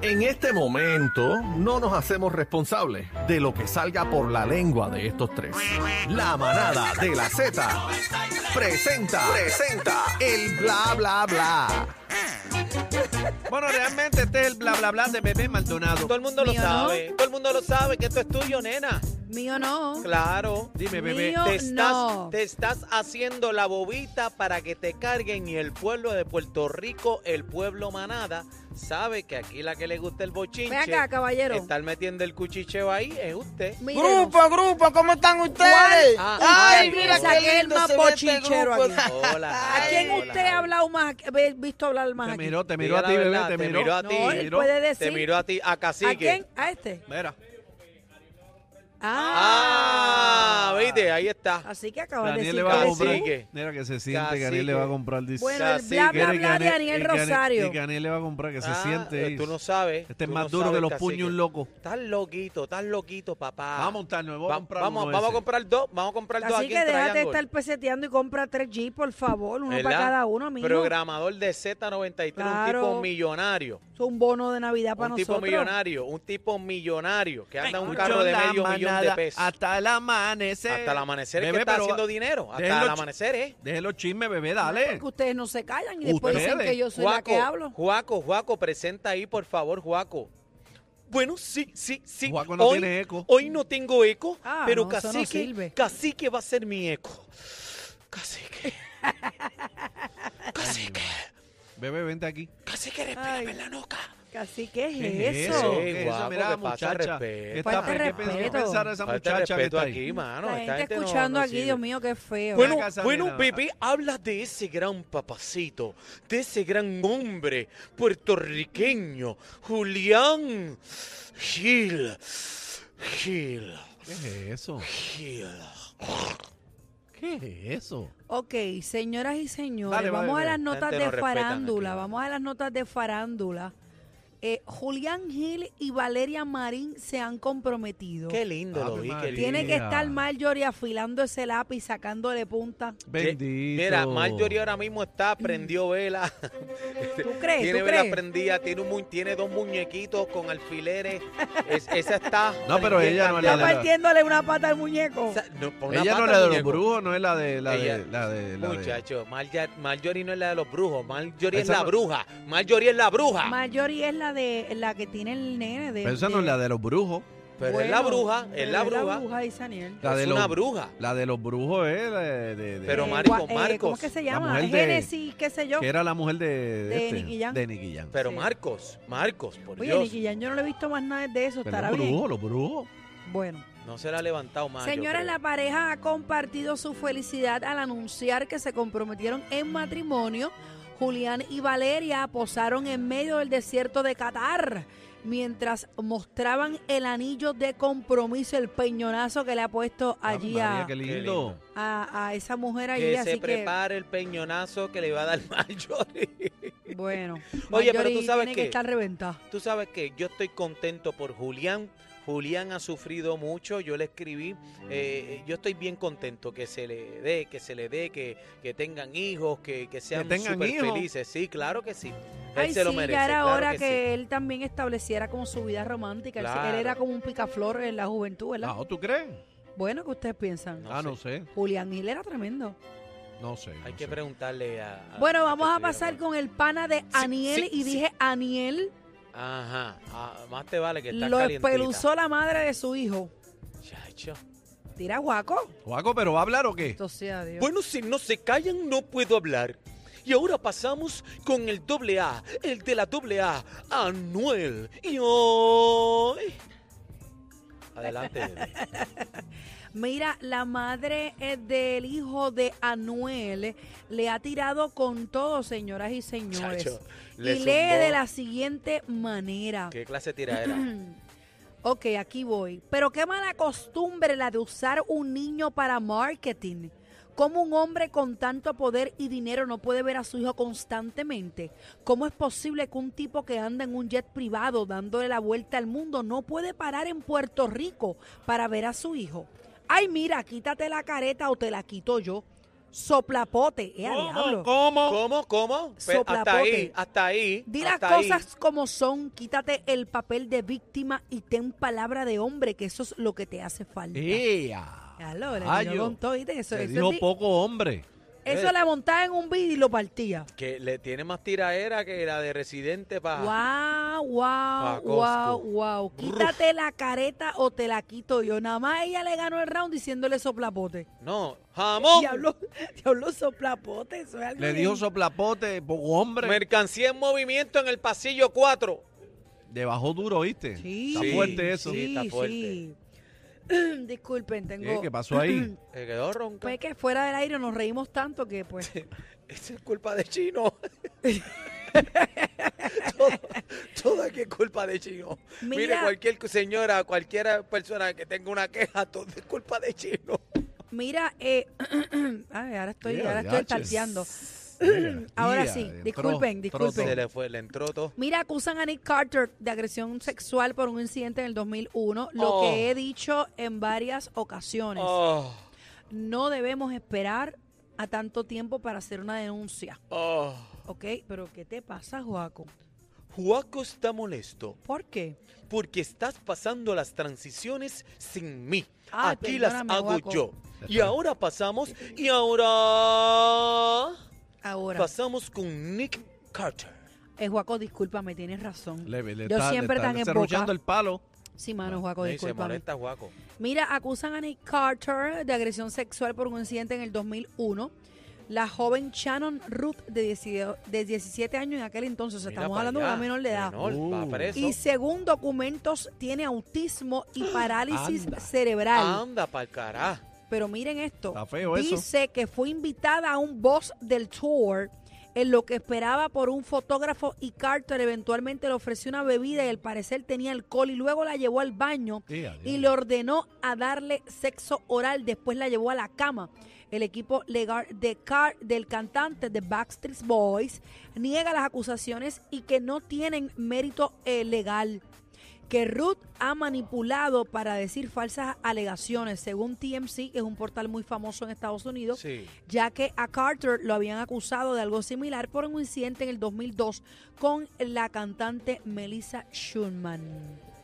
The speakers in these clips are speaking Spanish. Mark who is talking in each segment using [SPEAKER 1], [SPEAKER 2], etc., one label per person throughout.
[SPEAKER 1] En este momento no nos hacemos responsables de lo que salga por la lengua de estos tres. La manada de la Z presenta, presenta el bla bla bla.
[SPEAKER 2] Bueno, realmente este es el bla bla bla de bebé Maldonado. Todo el mundo lo
[SPEAKER 3] Mío,
[SPEAKER 2] sabe. Todo el mundo lo sabe que esto es tuyo, nena.
[SPEAKER 3] Mío no.
[SPEAKER 2] Claro.
[SPEAKER 1] Dime, bebé.
[SPEAKER 3] Mío
[SPEAKER 2] Te estás,
[SPEAKER 3] no.
[SPEAKER 2] te estás haciendo la bobita para que te carguen y el pueblo de Puerto Rico, el pueblo manada, sabe que aquí la que le gusta el bochinche,
[SPEAKER 3] Ven acá, caballero.
[SPEAKER 2] estar metiendo el cuchicheo ahí es usted.
[SPEAKER 3] Mírenos.
[SPEAKER 4] Grupo, grupo, ¿cómo están ustedes?
[SPEAKER 2] Ah,
[SPEAKER 4] Ay,
[SPEAKER 2] usted
[SPEAKER 4] mira
[SPEAKER 2] piensa
[SPEAKER 4] qué
[SPEAKER 3] que es el
[SPEAKER 4] lindo
[SPEAKER 3] más
[SPEAKER 4] se ve este
[SPEAKER 3] bochinchero
[SPEAKER 4] grupo.
[SPEAKER 3] aquí.
[SPEAKER 2] Hola.
[SPEAKER 3] ¿A quién
[SPEAKER 2] Hola.
[SPEAKER 3] usted ha hablado más? aquí? ¿Habéis visto hablar más
[SPEAKER 5] Te
[SPEAKER 3] aquí?
[SPEAKER 5] miró, te
[SPEAKER 2] Diga
[SPEAKER 5] miró a
[SPEAKER 2] la
[SPEAKER 5] ti, bebé,
[SPEAKER 2] verdad,
[SPEAKER 5] te miró.
[SPEAKER 2] a ti.
[SPEAKER 3] No, él
[SPEAKER 2] te miró-
[SPEAKER 3] puede decir.
[SPEAKER 2] Te miró a ti, a cacique.
[SPEAKER 3] ¿A quién? ¿A este?
[SPEAKER 5] Mira,
[SPEAKER 2] Ah, viste, ahí está.
[SPEAKER 3] Así que acabas de
[SPEAKER 5] Daniel
[SPEAKER 3] decir
[SPEAKER 5] le va a
[SPEAKER 3] que
[SPEAKER 5] comprar.
[SPEAKER 3] sí.
[SPEAKER 2] Cacique.
[SPEAKER 5] Mira que se siente
[SPEAKER 2] Cacique.
[SPEAKER 5] que Daniel le va a comprar. Dice,
[SPEAKER 3] Bueno,
[SPEAKER 2] sea,
[SPEAKER 3] el
[SPEAKER 2] sí, que
[SPEAKER 3] bla, bla,
[SPEAKER 5] Quiere
[SPEAKER 3] bla de
[SPEAKER 5] Daniel-
[SPEAKER 3] Daniel
[SPEAKER 5] y Daniel-
[SPEAKER 3] Rosario.
[SPEAKER 5] Y que Daniel le va a comprar, que se
[SPEAKER 2] Ah,
[SPEAKER 5] siente.
[SPEAKER 2] Tú
[SPEAKER 5] dice.
[SPEAKER 2] no sabes.
[SPEAKER 5] Este es
[SPEAKER 2] tú
[SPEAKER 5] más
[SPEAKER 2] no
[SPEAKER 5] duro
[SPEAKER 2] sabes,
[SPEAKER 5] que los
[SPEAKER 2] cacique.
[SPEAKER 5] puños, loco.
[SPEAKER 2] Estás loquito, estás loquito, papá.
[SPEAKER 5] Vamos a montarnos, vamos a
[SPEAKER 2] Va-
[SPEAKER 5] comprar
[SPEAKER 2] vamos,
[SPEAKER 5] uno
[SPEAKER 2] vamos a
[SPEAKER 5] ese.
[SPEAKER 2] comprar dos, vamos a comprar dos
[SPEAKER 3] Así
[SPEAKER 2] aquí
[SPEAKER 3] que
[SPEAKER 2] en
[SPEAKER 3] déjate de
[SPEAKER 2] Triangle.
[SPEAKER 3] estar peseteando y compra 3G, por favor. Uno
[SPEAKER 2] ¿Verdad?
[SPEAKER 3] para cada uno, mijo.
[SPEAKER 2] Programador de Z93,
[SPEAKER 3] Claro.
[SPEAKER 2] un tipo millonario.
[SPEAKER 3] Es un bono de Navidad para
[SPEAKER 2] Un tipo
[SPEAKER 3] nosotros.
[SPEAKER 2] millonario, un tipo millonario que anda en un carro
[SPEAKER 5] Escucho
[SPEAKER 2] de
[SPEAKER 5] la
[SPEAKER 2] medio millón de
[SPEAKER 5] manada
[SPEAKER 2] pesos. Hasta,
[SPEAKER 5] Hasta el amanecer.
[SPEAKER 2] el amanecer es
[SPEAKER 5] Bebé,
[SPEAKER 2] que está
[SPEAKER 5] pero-
[SPEAKER 2] haciendo dinero. Hasta
[SPEAKER 5] déjenlo
[SPEAKER 2] el
[SPEAKER 5] ch-
[SPEAKER 2] amanecer, ¿eh?
[SPEAKER 5] Deje los chismes, bebé, dale.
[SPEAKER 3] Porque ustedes no se callan y después dicen
[SPEAKER 5] Ustedes.
[SPEAKER 3] que yo soy la que hablo.
[SPEAKER 2] Juaco, Juaco, presenta ahí, por favor, Juaco. Bueno, sí, sí, sí.
[SPEAKER 5] Juaco no tiene eco.
[SPEAKER 2] Hoy no tengo eco,
[SPEAKER 3] Ah,
[SPEAKER 2] pero
[SPEAKER 3] no, eso no
[SPEAKER 2] cacique,
[SPEAKER 3] sirve.
[SPEAKER 2] cacique va a ser mi eco. Cacique,
[SPEAKER 5] Bebé, vente aquí.
[SPEAKER 2] cacique,
[SPEAKER 3] Ay.
[SPEAKER 2] respírame en la nuca.
[SPEAKER 3] Así que
[SPEAKER 5] ¿Qué
[SPEAKER 3] es
[SPEAKER 5] es
[SPEAKER 3] eso?
[SPEAKER 2] Sí,
[SPEAKER 5] ¿Qué es
[SPEAKER 2] guaco,
[SPEAKER 5] Mira
[SPEAKER 2] que
[SPEAKER 5] la
[SPEAKER 2] pasa
[SPEAKER 5] muchacha.
[SPEAKER 2] respeto.
[SPEAKER 5] ¿Qué, está-
[SPEAKER 3] Falta
[SPEAKER 5] qué pens- qué
[SPEAKER 3] respeto.
[SPEAKER 5] pensará
[SPEAKER 2] Falta
[SPEAKER 5] esa
[SPEAKER 2] de
[SPEAKER 5] muchacha que
[SPEAKER 2] respeto
[SPEAKER 5] está
[SPEAKER 2] aquí,
[SPEAKER 5] aquí?
[SPEAKER 2] mano.
[SPEAKER 3] la
[SPEAKER 2] esta
[SPEAKER 3] gente
[SPEAKER 2] Ah, no- no
[SPEAKER 3] escuchando aquí,
[SPEAKER 2] sirve.
[SPEAKER 3] Dios mío, qué feo.
[SPEAKER 2] Bueno,
[SPEAKER 5] Ven acá, Samira.
[SPEAKER 2] bueno, Pepe, habla de ese gran papacito, de ese gran hombre puertorriqueño, Julián Gil. Gil.
[SPEAKER 5] ¿Qué es eso?
[SPEAKER 2] Gil.
[SPEAKER 5] ¿Qué es eso?
[SPEAKER 3] Ok, señoras y señores,
[SPEAKER 5] Dale, va,
[SPEAKER 3] vamos a
[SPEAKER 5] bebé.
[SPEAKER 3] las notas
[SPEAKER 2] Gente
[SPEAKER 3] de
[SPEAKER 2] no respetan
[SPEAKER 3] farándula,
[SPEAKER 2] aquí.
[SPEAKER 3] vamos a las notas de farándula. Eh, Julián Gil y Valeria Marín se han comprometido.
[SPEAKER 2] Qué lindo lo
[SPEAKER 5] Ave
[SPEAKER 2] vi, qué
[SPEAKER 5] María.
[SPEAKER 2] lindo.
[SPEAKER 3] Tiene que
[SPEAKER 5] Mira.
[SPEAKER 3] estar Marjorie afilando ese lápiz, sacándole punta.
[SPEAKER 5] Bendito.
[SPEAKER 2] Mira, Marjorie ahora mismo está, prendió vela.
[SPEAKER 3] ¿Tú crees?
[SPEAKER 2] tiene
[SPEAKER 3] ¿Tú
[SPEAKER 2] vela
[SPEAKER 3] crees?
[SPEAKER 2] prendida, tiene, un, mu- tiene dos muñequitos con alfileres. Es- esa está.
[SPEAKER 5] No, pero
[SPEAKER 2] bien
[SPEAKER 5] ella no es
[SPEAKER 2] candela.
[SPEAKER 3] Está
[SPEAKER 5] la de-
[SPEAKER 3] partiéndole una pata al muñeco.
[SPEAKER 2] Esa- no, por una
[SPEAKER 5] Ella no
[SPEAKER 2] pata
[SPEAKER 5] es la de los
[SPEAKER 2] muñeco.
[SPEAKER 5] brujos, no es la de la de
[SPEAKER 2] Ella-
[SPEAKER 5] la de la de-
[SPEAKER 2] Muchacho, Marja- Marjorie no es la de los brujos, Marjorie es
[SPEAKER 5] Esa
[SPEAKER 2] la
[SPEAKER 5] no-
[SPEAKER 2] bruja, Marjorie es la bruja.
[SPEAKER 3] Marjorie es la de la que tiene el nene de.
[SPEAKER 5] Pero esa no es la de los brujos.
[SPEAKER 2] pero es
[SPEAKER 3] Bueno,
[SPEAKER 2] la bruja, es
[SPEAKER 3] pero
[SPEAKER 2] la bruja.
[SPEAKER 3] dice Aniel.
[SPEAKER 5] La
[SPEAKER 2] es
[SPEAKER 5] de
[SPEAKER 2] una
[SPEAKER 5] los-
[SPEAKER 2] bruja.
[SPEAKER 5] La de los brujos es la de, de- de-
[SPEAKER 2] Pero
[SPEAKER 3] Eh,
[SPEAKER 2] Marico,
[SPEAKER 3] gua- eh, ¿Cómo
[SPEAKER 2] Marcos,
[SPEAKER 3] es que se
[SPEAKER 5] la
[SPEAKER 3] llama?
[SPEAKER 5] mujer de-
[SPEAKER 3] Génesis, qué sé yo.
[SPEAKER 5] que era la mujer de, este,
[SPEAKER 3] De Nicky Jam.
[SPEAKER 5] de Nicky Jam.
[SPEAKER 2] Pero
[SPEAKER 3] Sí.
[SPEAKER 2] Marcos, Marcos, por
[SPEAKER 3] Oye,
[SPEAKER 2] Dios,
[SPEAKER 3] Nicky Jam, yo no le he visto más nada de eso,
[SPEAKER 5] Pero
[SPEAKER 3] estará
[SPEAKER 5] los
[SPEAKER 3] bien.
[SPEAKER 5] brujos, los brujos.
[SPEAKER 3] Bueno.
[SPEAKER 2] no se la ha levantado más. Ah, yo
[SPEAKER 3] Señores,
[SPEAKER 2] creo.
[SPEAKER 3] la pareja ha compartido su felicidad al anunciar que se comprometieron en matrimonio. Julián y Valeria posaron en medio del desierto de Qatar mientras mostraban el anillo de compromiso, el peñonazo que le ha puesto allí
[SPEAKER 5] Ave
[SPEAKER 3] a,
[SPEAKER 5] María, qué lindo.
[SPEAKER 2] Qué lindo.
[SPEAKER 3] a- a esa mujer allí.
[SPEAKER 2] Ah, que
[SPEAKER 3] así
[SPEAKER 2] se
[SPEAKER 3] que,
[SPEAKER 2] prepare el peñonazo que le va a dar Marjorie.
[SPEAKER 3] bueno,
[SPEAKER 2] Oye, pero tú
[SPEAKER 3] Marjorie
[SPEAKER 2] sabes
[SPEAKER 3] tiene
[SPEAKER 2] que-
[SPEAKER 3] que estar reventada.
[SPEAKER 2] Tú sabes que yo estoy contento por Julián. Julián ha sufrido mucho, yo le escribí, eh, yo estoy bien contento que se le dé, que se le dé, que, que tengan hijos, que, que sean
[SPEAKER 5] tengan
[SPEAKER 2] súper
[SPEAKER 5] hijos.
[SPEAKER 2] felices. Sí, claro que sí. Él
[SPEAKER 3] Ay,
[SPEAKER 2] se lo
[SPEAKER 3] sí,
[SPEAKER 2] merece.
[SPEAKER 3] ya era
[SPEAKER 2] claro
[SPEAKER 3] hora
[SPEAKER 2] que
[SPEAKER 3] que,
[SPEAKER 2] sí.
[SPEAKER 3] él también estableciera como su vida romántica. Él se- Él
[SPEAKER 2] Claro.
[SPEAKER 3] era como un picaflor en la juventud, ¿verdad?
[SPEAKER 5] No, Ah, ¿tú crees?
[SPEAKER 3] Bueno, ¿qué ustedes piensan?
[SPEAKER 2] No
[SPEAKER 5] ah,
[SPEAKER 2] sé.
[SPEAKER 5] no sé,
[SPEAKER 3] Julián Gil era tremendo.
[SPEAKER 5] no sé.
[SPEAKER 2] Hay
[SPEAKER 5] no
[SPEAKER 2] que
[SPEAKER 5] sé.
[SPEAKER 2] preguntarle a. a-
[SPEAKER 3] Bueno, vamos a
[SPEAKER 2] Petrina,
[SPEAKER 3] pasar
[SPEAKER 2] bueno.
[SPEAKER 3] con el pana de Aniel
[SPEAKER 2] sí,
[SPEAKER 3] y
[SPEAKER 2] sí.
[SPEAKER 3] dije Aniel
[SPEAKER 2] Ajá. Ah, más te vale que está
[SPEAKER 3] Lo
[SPEAKER 2] calientita.
[SPEAKER 3] espeluzó la madre de su hijo.
[SPEAKER 2] Chacho.
[SPEAKER 3] Tira guaco.
[SPEAKER 5] Juaco, ¿pero va a hablar o qué?
[SPEAKER 3] Esto sea Dios.
[SPEAKER 2] Bueno, si no se callan, no puedo hablar. Y ahora pasamos con el doble A, el de la doble A, Anuel. Y hoy... Adelante, bebé.
[SPEAKER 3] Mira, la madre eh, del hijo de Anuel eh, le ha tirado con todo, señoras y señores.
[SPEAKER 2] Chacho, le
[SPEAKER 3] y lee
[SPEAKER 2] zumbó.
[SPEAKER 3] de la siguiente manera.
[SPEAKER 2] ¿Qué clase de tiradera?
[SPEAKER 3] Ok, aquí voy. Pero qué mala costumbre la de usar un niño para marketing. ¿Cómo un hombre con tanto poder y dinero no puede ver a su hijo constantemente? ¿Cómo es posible que un tipo que anda en un jet privado dándole la vuelta al mundo no puede parar en Puerto Rico para ver a su hijo? Ay, mira, quítate la careta o te la quito yo. Soplapote, eh, a diablo.
[SPEAKER 2] ¿Cómo? ¿Cómo? Pe- hasta
[SPEAKER 3] Soplapote.
[SPEAKER 2] ahí, hasta ahí.
[SPEAKER 3] Di las
[SPEAKER 2] hasta
[SPEAKER 3] cosas como son, quítate el papel de víctima y ten palabra de hombre, que eso es lo que te hace falta.
[SPEAKER 5] ¡Ea!
[SPEAKER 3] Ya lo, le
[SPEAKER 5] Rayo.
[SPEAKER 3] tiró con todo, ¿viste? Eso,
[SPEAKER 5] Se
[SPEAKER 3] eso
[SPEAKER 5] dijo
[SPEAKER 3] es di-
[SPEAKER 5] poco hombre.
[SPEAKER 3] eso la montaba en un vídeo y lo partía.
[SPEAKER 2] ahí. Que le tiene más tiraera que la de Residente para...
[SPEAKER 3] Wow, wow,
[SPEAKER 2] Pacosco.
[SPEAKER 3] wow, wow. Quítate la careta o te la quito yo. Nada más ella le ganó el round diciéndole soplapote.
[SPEAKER 2] No, jamón,
[SPEAKER 3] Diablo, diablo soplapote, eso es algo
[SPEAKER 5] Le
[SPEAKER 3] bien-
[SPEAKER 5] dijo soplapote, poco hombre.
[SPEAKER 2] mercancía en movimiento en el pasillo 4.
[SPEAKER 5] Le bajó duro, ¿viste?
[SPEAKER 3] Sí,
[SPEAKER 5] Está fuerte eso.
[SPEAKER 2] Sí, está fuerte.
[SPEAKER 3] sí. Disculpen, tengo.
[SPEAKER 5] ¿Qué? ¿Qué pasó ahí?
[SPEAKER 2] Se quedó ronca.
[SPEAKER 3] Pues que fuera del aire nos reímos tanto que pues.
[SPEAKER 2] Esa es culpa de Chino. todo, todo aquí es culpa de Chino. Mire,
[SPEAKER 3] Mira.
[SPEAKER 2] cualquier señora, cualquier persona que tenga una queja, todo es culpa de Chino.
[SPEAKER 3] Mira, eh, ay, ahora estoy,
[SPEAKER 5] Yeah,
[SPEAKER 3] ahora estoy
[SPEAKER 5] yaches.
[SPEAKER 3] tarteando.
[SPEAKER 5] Mira,
[SPEAKER 3] Ahora
[SPEAKER 5] tía,
[SPEAKER 3] sí,
[SPEAKER 5] entró,
[SPEAKER 3] disculpen,
[SPEAKER 5] entró todo.
[SPEAKER 3] disculpen.
[SPEAKER 2] Se le fue, le entró todo.
[SPEAKER 3] Mira, acusan a Nick Carter de agresión sexual por un incidente en el 2001, lo
[SPEAKER 2] Oh.
[SPEAKER 3] que he dicho en varias ocasiones.
[SPEAKER 2] Oh,
[SPEAKER 3] No debemos esperar a tanto tiempo para hacer una denuncia,
[SPEAKER 2] oh.
[SPEAKER 3] ¿ok? Pero ¿qué te pasa, Joaco?
[SPEAKER 2] Juaco está molesto
[SPEAKER 3] ¿Por qué?
[SPEAKER 2] porque estás pasando las transiciones sin mí.
[SPEAKER 3] Ay,
[SPEAKER 2] Aquí las
[SPEAKER 3] perdóname,
[SPEAKER 2] hago
[SPEAKER 3] Juaco.
[SPEAKER 2] yo. Y ahora pasamos, y ahora
[SPEAKER 3] Ahora,
[SPEAKER 2] pasamos con Nick Carter.
[SPEAKER 3] eh, Joaco, discúlpame, tienes razón.
[SPEAKER 5] Le- le
[SPEAKER 3] Yo
[SPEAKER 5] está- le
[SPEAKER 3] siempre
[SPEAKER 5] está
[SPEAKER 3] tan en
[SPEAKER 5] cerruchando el palo.
[SPEAKER 3] Sí, mano, Joaco,
[SPEAKER 2] Ey, se
[SPEAKER 3] discúlpame.
[SPEAKER 2] molesta Juaco.
[SPEAKER 3] Mira, acusan a Nick Carter de agresión sexual por un incidente en el 2001. La joven Shannon Ruth, de, 10 de 17 años en aquel entonces, o sea,
[SPEAKER 2] Mira
[SPEAKER 3] estamos
[SPEAKER 2] pa'
[SPEAKER 3] hablando de una
[SPEAKER 2] allá,
[SPEAKER 3] menor de edad.
[SPEAKER 2] menor,
[SPEAKER 5] Uh.
[SPEAKER 2] va preso.
[SPEAKER 3] Y según documentos, tiene autismo y parálisis
[SPEAKER 5] Anda.
[SPEAKER 3] cerebral.
[SPEAKER 2] Anda pa'l cará.
[SPEAKER 3] Pero miren esto.
[SPEAKER 5] Está feo eso.
[SPEAKER 3] Dice que fue invitada a un boss del tour en lo que esperaba por un fotógrafo y Carter eventualmente le ofreció una bebida y al parecer tenía alcohol y luego la llevó al baño
[SPEAKER 5] Tía, Dios.
[SPEAKER 3] y le ordenó a darle sexo oral. Después la llevó a la cama. El equipo legal de Car- del cantante de Backstreet Boys niega las acusaciones y que no tienen mérito eh, legal. Que Ruth ha manipulado para decir falsas alegaciones, según TMC, que es un portal muy famoso en Estados Unidos
[SPEAKER 2] Sí.
[SPEAKER 3] ya que a Carter lo habían acusado de algo similar por un incidente en el 2002 con la cantante Melissa Schulman.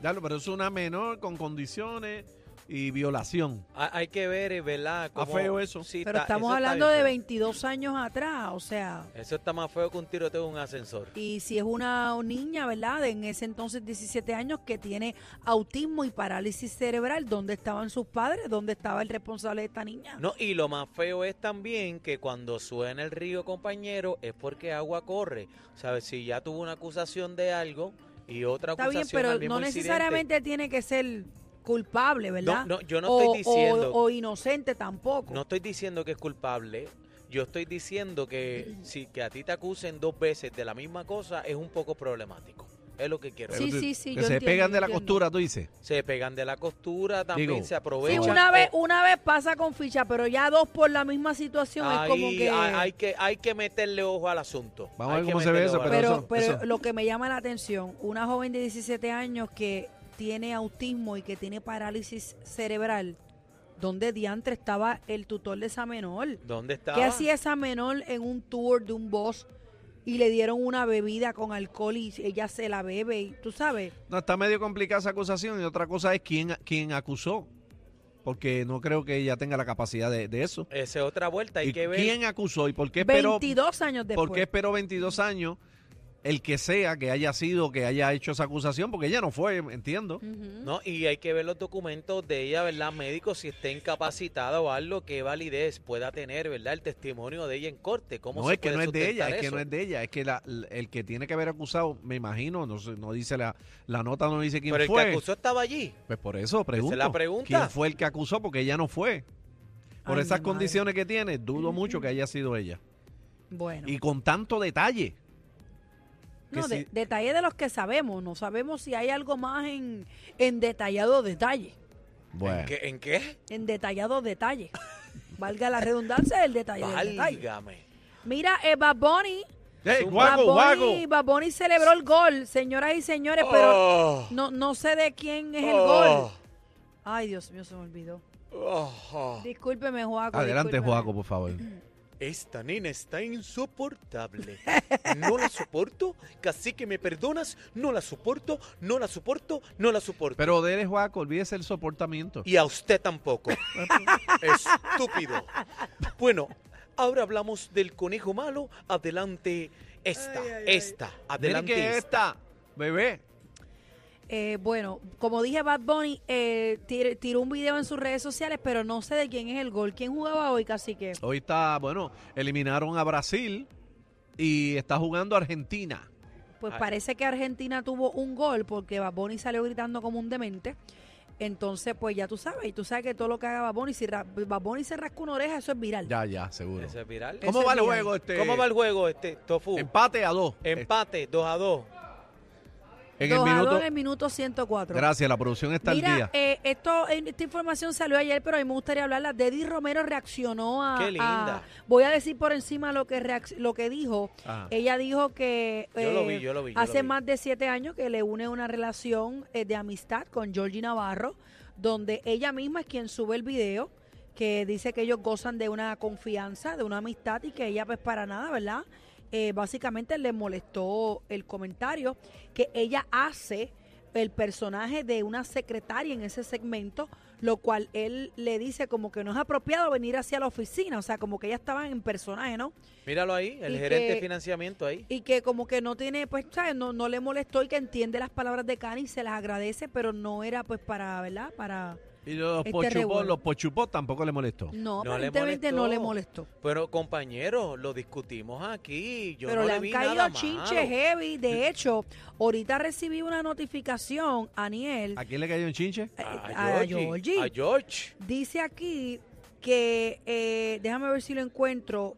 [SPEAKER 5] Diablo, pero es una menor con condiciones y violación.
[SPEAKER 2] Ha- Hay que ver, eh, ¿verdad?
[SPEAKER 5] Ah, feo eso.
[SPEAKER 2] Sí,
[SPEAKER 3] Pero
[SPEAKER 2] está-
[SPEAKER 3] estamos
[SPEAKER 2] eso está
[SPEAKER 3] hablando
[SPEAKER 2] bien
[SPEAKER 3] de
[SPEAKER 2] feo.
[SPEAKER 3] 22 años atrás, o sea,
[SPEAKER 2] Eso está más feo que un tiroteo en un ascensor.
[SPEAKER 3] y si es una niña, ¿verdad? De en ese entonces 17 años que tiene autismo y parálisis cerebral, ¿dónde estaban sus padres? ¿Dónde estaba el responsable de esta niña?
[SPEAKER 2] No, y lo más feo es también que cuando suena el río, compañero, es porque agua corre. ¿Sabes? Si ya tuvo una acusación de algo y otra
[SPEAKER 3] Está
[SPEAKER 2] acusación
[SPEAKER 3] bien, pero
[SPEAKER 2] al mismo
[SPEAKER 3] no
[SPEAKER 2] incidente.
[SPEAKER 3] necesariamente tiene que ser culpable, ¿verdad?
[SPEAKER 2] No, no, yo no
[SPEAKER 3] O-
[SPEAKER 2] estoy diciendo-
[SPEAKER 3] O, o inocente tampoco.
[SPEAKER 2] No estoy diciendo que es culpable. Yo estoy diciendo que si que a ti te acusen dos veces de la misma cosa es un poco problemático. Es lo que quiero.
[SPEAKER 3] Sí,
[SPEAKER 5] Pero tú-
[SPEAKER 3] sí, sí,
[SPEAKER 5] Que
[SPEAKER 3] yo
[SPEAKER 5] se
[SPEAKER 3] entiendo,
[SPEAKER 5] pegan de la
[SPEAKER 3] entiendo.
[SPEAKER 5] costura, tú dices.
[SPEAKER 2] Se pegan de la costura también,
[SPEAKER 5] Digo,
[SPEAKER 2] se
[SPEAKER 3] Sí,
[SPEAKER 2] aprovechan.
[SPEAKER 3] una
[SPEAKER 2] o-
[SPEAKER 3] vez, una vez pasa con ficha, pero ya dos por la misma situación es como
[SPEAKER 2] Ahí
[SPEAKER 3] que...
[SPEAKER 2] Hay, hay que hay que meterle ojo al asunto.
[SPEAKER 5] Vamos a
[SPEAKER 2] Hay
[SPEAKER 5] ver
[SPEAKER 2] que
[SPEAKER 5] cómo se ve
[SPEAKER 2] meterle
[SPEAKER 5] eso,
[SPEAKER 2] ojo al
[SPEAKER 5] pero
[SPEAKER 3] pero
[SPEAKER 5] eso-
[SPEAKER 3] pero
[SPEAKER 5] eso.
[SPEAKER 3] lo que me llama la atención, una joven de 17 años que tiene autismo y que tiene parálisis cerebral, ¿dónde diantre estaba el tutor de esa menor?
[SPEAKER 2] asunto. ¿Dónde está?
[SPEAKER 3] ¿Qué hacía esa menor en un tour de un boss y le dieron una bebida con alcohol y ella se la bebe? Y, ¿Tú sabes?
[SPEAKER 5] No, está medio complicada esa acusación y otra cosa es quién, quién acusó. Porque no creo que ella tenga la capacidad de, de eso.
[SPEAKER 2] Esa es otra vuelta, hay
[SPEAKER 5] ¿Y
[SPEAKER 2] que ver.
[SPEAKER 5] ¿Quién acusó y por qué esperó,
[SPEAKER 3] 22 años después.
[SPEAKER 5] por qué esperó 22 años el que sea que haya sido, que haya hecho esa acusación, porque ella no fue, entiendo.
[SPEAKER 2] No, y hay que ver los documentos de ella, ¿verdad? Médicos, si está incapacitada o algo, qué validez pueda tener, ¿verdad? El testimonio de ella en corte. ¿Cómo
[SPEAKER 5] No
[SPEAKER 2] se
[SPEAKER 5] es que
[SPEAKER 2] puede
[SPEAKER 5] no es de ella,
[SPEAKER 2] sustentar
[SPEAKER 5] es que
[SPEAKER 2] eso?
[SPEAKER 5] no es de ella, es que la- l- el que tiene que haber acusado, me imagino, no, sé, no dice la, la nota, no dice quién
[SPEAKER 2] Pero
[SPEAKER 5] fue.
[SPEAKER 2] el que acusó estaba allí.
[SPEAKER 5] Pues por eso pregunto.
[SPEAKER 2] la pregunta.
[SPEAKER 5] ¿Quién fue el que acusó? Porque ella no fue. Por
[SPEAKER 3] Ay,
[SPEAKER 5] esas
[SPEAKER 3] mi madre.
[SPEAKER 5] condiciones que tiene, dudo mucho que haya sido ella.
[SPEAKER 3] Bueno,
[SPEAKER 5] Y con tanto detalle. que
[SPEAKER 3] no, de-
[SPEAKER 5] si-
[SPEAKER 3] detalle de los que sabemos, no sabemos si hay algo más en, en detallado detalle.
[SPEAKER 5] Bueno,
[SPEAKER 2] ¿En qué? ¿En qué?
[SPEAKER 3] En detallado detalle. Valga la redundancia del detalle. del detalle.
[SPEAKER 2] Válgame.
[SPEAKER 3] Mira, eh, Bad Bunny.
[SPEAKER 5] ¡Ey,
[SPEAKER 3] Bad
[SPEAKER 5] guago, guago!
[SPEAKER 3] Bunny, Bad Bunny celebró el gol, señoras y señores, pero
[SPEAKER 2] Oh,
[SPEAKER 3] no, no sé de quién es el
[SPEAKER 2] oh,
[SPEAKER 3] gol. Ay, Dios mío, se me olvidó.
[SPEAKER 2] oh, oh.
[SPEAKER 3] Discúlpeme, Joaco.
[SPEAKER 5] Adelante,
[SPEAKER 3] discúlpeme.
[SPEAKER 5] Juaco, por favor.
[SPEAKER 2] Esta nena está insoportable. No la soporto. Casi que me perdonas. No la soporto. No la soporto. No la soporto.
[SPEAKER 5] Pero de él, Juaco, olvídese el soportamiento.
[SPEAKER 2] Y a usted tampoco. Estúpido. Bueno, ahora hablamos del conejo malo. Adelante esta, esta,
[SPEAKER 5] Miren
[SPEAKER 2] adelante
[SPEAKER 5] que
[SPEAKER 2] esta.
[SPEAKER 5] esta, bebé.
[SPEAKER 3] Eh, bueno, como dije, Bad Bunny eh, tir- tiró un video en sus redes sociales, pero no sé de quién es el gol. ¿Quién jugaba hoy, cacique?
[SPEAKER 5] Hoy está, bueno, eliminaron a Brasil y está jugando Argentina.
[SPEAKER 3] Pues
[SPEAKER 5] Ah.
[SPEAKER 2] Ay.
[SPEAKER 3] parece que Argentina tuvo un gol porque Bad Bunny salió gritando como un demente. Entonces, pues ya tú sabes, y tú sabes que todo lo que haga Bad Bunny, si ra- Bad Bunny se rasca una oreja, eso es viral.
[SPEAKER 5] Ya, ya, seguro.
[SPEAKER 2] ¿Eso es viral?
[SPEAKER 5] ¿Cómo
[SPEAKER 3] Ese
[SPEAKER 5] va el
[SPEAKER 3] día.
[SPEAKER 5] juego este?
[SPEAKER 2] ¿Cómo va el juego Em- este, Tofu?
[SPEAKER 5] Empate a dos. Este,
[SPEAKER 2] Empate, 2 a 2.
[SPEAKER 5] En el
[SPEAKER 3] Dos a dos
[SPEAKER 5] minuto.
[SPEAKER 3] en el minuto 104.
[SPEAKER 5] Gracias, la producción está al
[SPEAKER 3] Mira,
[SPEAKER 5] día.
[SPEAKER 3] eh, esto, en- esta información salió ayer, pero a mí me gustaría hablarla. Deddy Romero reaccionó a...
[SPEAKER 2] Qué linda.
[SPEAKER 3] a- voy a decir por encima lo que, reac- lo que dijo.
[SPEAKER 5] Ajá.
[SPEAKER 3] Ella dijo que eh,
[SPEAKER 2] Yo lo vi, yo lo vi, yo
[SPEAKER 3] hace
[SPEAKER 2] lo vi.
[SPEAKER 3] más de siete años que le une una relación eh, de amistad con Georgie Navarro, donde ella misma es quien sube el video que dice que ellos gozan de una confianza, de una amistad y que ella pues para nada, ¿verdad? Eh, básicamente le molestó el comentario que ella hace el personaje de una secretaria en ese segmento, lo cual él le dice como que no es apropiado venir hacia la oficina, o sea, como que ella estaba en personaje, ¿no?
[SPEAKER 2] Míralo ahí, el
[SPEAKER 3] Y
[SPEAKER 2] gerente de
[SPEAKER 3] que-
[SPEAKER 2] financiamiento ahí.
[SPEAKER 3] y que como que no tiene, pues, ¿sabes? No, no le molestó y que entiende las palabras de Cani y se las agradece, pero no era pues para, ¿verdad? Para...
[SPEAKER 5] Y los
[SPEAKER 3] Este
[SPEAKER 5] pochupos,
[SPEAKER 3] revuelo. Mm.
[SPEAKER 5] los pochupos tampoco le molestó.
[SPEAKER 3] No,
[SPEAKER 2] No le
[SPEAKER 3] aparentemente no le
[SPEAKER 2] molestó.
[SPEAKER 3] molestó.
[SPEAKER 2] Pero compañeros, lo discutimos aquí. Yo
[SPEAKER 3] pero
[SPEAKER 2] no
[SPEAKER 3] le
[SPEAKER 2] le,
[SPEAKER 3] han
[SPEAKER 2] vi
[SPEAKER 3] caído
[SPEAKER 2] nada
[SPEAKER 3] chinches eh,
[SPEAKER 2] malo.
[SPEAKER 3] heavy. De hecho, ahorita recibí una notificación, Aniel,
[SPEAKER 5] ¿A quién le cayó un chinche?
[SPEAKER 3] eh,
[SPEAKER 2] A, Georgie,
[SPEAKER 3] Georgie.
[SPEAKER 2] a George.
[SPEAKER 3] Dice aquí que, eh, déjame ver si lo encuentro,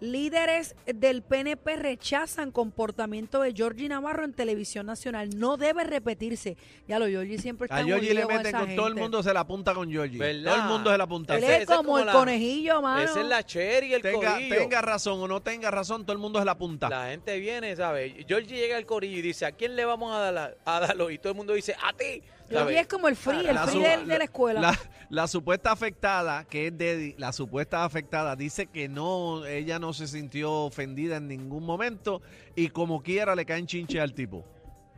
[SPEAKER 3] líderes del PNP rechazan comportamiento de Georgie Navarro en televisión nacional. No debe repetirse. Ya lo, Georgie siempre Pues está
[SPEAKER 5] A Georgie le
[SPEAKER 3] envolvido
[SPEAKER 5] meten
[SPEAKER 3] esa
[SPEAKER 5] con todo el
[SPEAKER 3] gente.
[SPEAKER 5] mundo, se la apunta con Georgie.
[SPEAKER 2] ¿Verdad?
[SPEAKER 5] Todo el mundo se la apunta.
[SPEAKER 3] Él
[SPEAKER 2] Ese-
[SPEAKER 3] es
[SPEAKER 2] ese es
[SPEAKER 3] como
[SPEAKER 2] como
[SPEAKER 3] el
[SPEAKER 2] la-
[SPEAKER 3] conejito, mano.
[SPEAKER 2] Esa es la cherry y el
[SPEAKER 5] Tenga,
[SPEAKER 2] corillo.
[SPEAKER 5] tenga razón o no tenga razón, todo el mundo se la apunta.
[SPEAKER 2] La gente viene, ¿sabes? Georgie llega al corillo y dice, ¿a quién le vamos a dar la- a darlo? Y todo el mundo dice, ¡a ti!
[SPEAKER 3] Georgie es
[SPEAKER 2] ¿sabes?
[SPEAKER 3] como el free, el
[SPEAKER 5] La
[SPEAKER 3] free
[SPEAKER 5] su-
[SPEAKER 3] del- de la escuela.
[SPEAKER 5] La, la supuesta afectada, que es Deddy, la supuesta afectada dice que no, ella no se sintió ofendida en ningún momento y como quiera le caen chinche al tipo.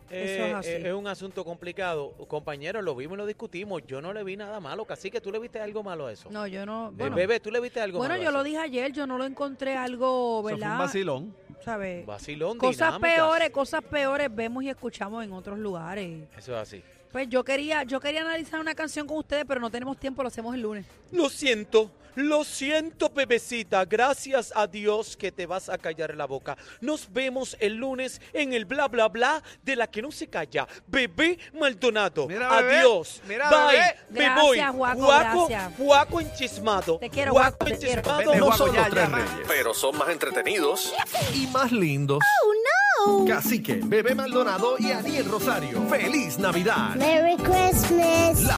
[SPEAKER 3] Eso es así.
[SPEAKER 2] eh, un asunto complicado. Compañeros, lo vimos y lo discutimos. Yo no le vi nada malo. Casi que tú le viste algo malo a eso.
[SPEAKER 3] No, yo no.
[SPEAKER 2] Eh,
[SPEAKER 3] Bueno,
[SPEAKER 2] Bebé, tú le viste algo
[SPEAKER 3] bueno
[SPEAKER 2] malo.
[SPEAKER 3] yo
[SPEAKER 2] a
[SPEAKER 3] lo
[SPEAKER 2] eso?
[SPEAKER 3] dije ayer, yo no lo encontré algo,
[SPEAKER 5] Eso fue un
[SPEAKER 3] ¿verdad?
[SPEAKER 5] vacilón.
[SPEAKER 3] ¿Sabes?
[SPEAKER 2] Vacilón,
[SPEAKER 3] Cosas
[SPEAKER 2] dinámicas.
[SPEAKER 3] peores, cosas peores vemos y escuchamos en otros lugares.
[SPEAKER 2] Eso es así.
[SPEAKER 3] Pues yo quería, yo quería analizar una canción con ustedes, pero no tenemos tiempo, lo hacemos el lunes.
[SPEAKER 2] Lo siento, lo siento, bebecita. Gracias a Dios que te vas a callar la boca. Nos vemos el lunes en el bla bla bla de la que no se calla. Bebé Maldonado.
[SPEAKER 5] Mira, bebé.
[SPEAKER 2] Adiós.
[SPEAKER 5] Mira,
[SPEAKER 2] Bye.
[SPEAKER 5] bebé.
[SPEAKER 2] Me
[SPEAKER 3] Gracias,
[SPEAKER 2] voy.
[SPEAKER 3] Juaco,
[SPEAKER 2] Guaco,
[SPEAKER 3] gracias.
[SPEAKER 2] guaco enchismado.
[SPEAKER 3] Te quiero,
[SPEAKER 2] Guaco
[SPEAKER 3] Juaco, te quiero.
[SPEAKER 2] enchismado.
[SPEAKER 5] Vete,
[SPEAKER 2] no
[SPEAKER 1] No
[SPEAKER 5] Guaco,
[SPEAKER 1] son
[SPEAKER 5] ya,
[SPEAKER 1] los
[SPEAKER 5] ya,
[SPEAKER 1] tres
[SPEAKER 5] va.
[SPEAKER 1] reyes, pero son más entretenidos y más lindos.
[SPEAKER 6] Oh,
[SPEAKER 1] Cacique, Bebé Maldonado y Aniel Rosario. ¡Feliz Navidad!
[SPEAKER 6] Merry Christmas.
[SPEAKER 1] La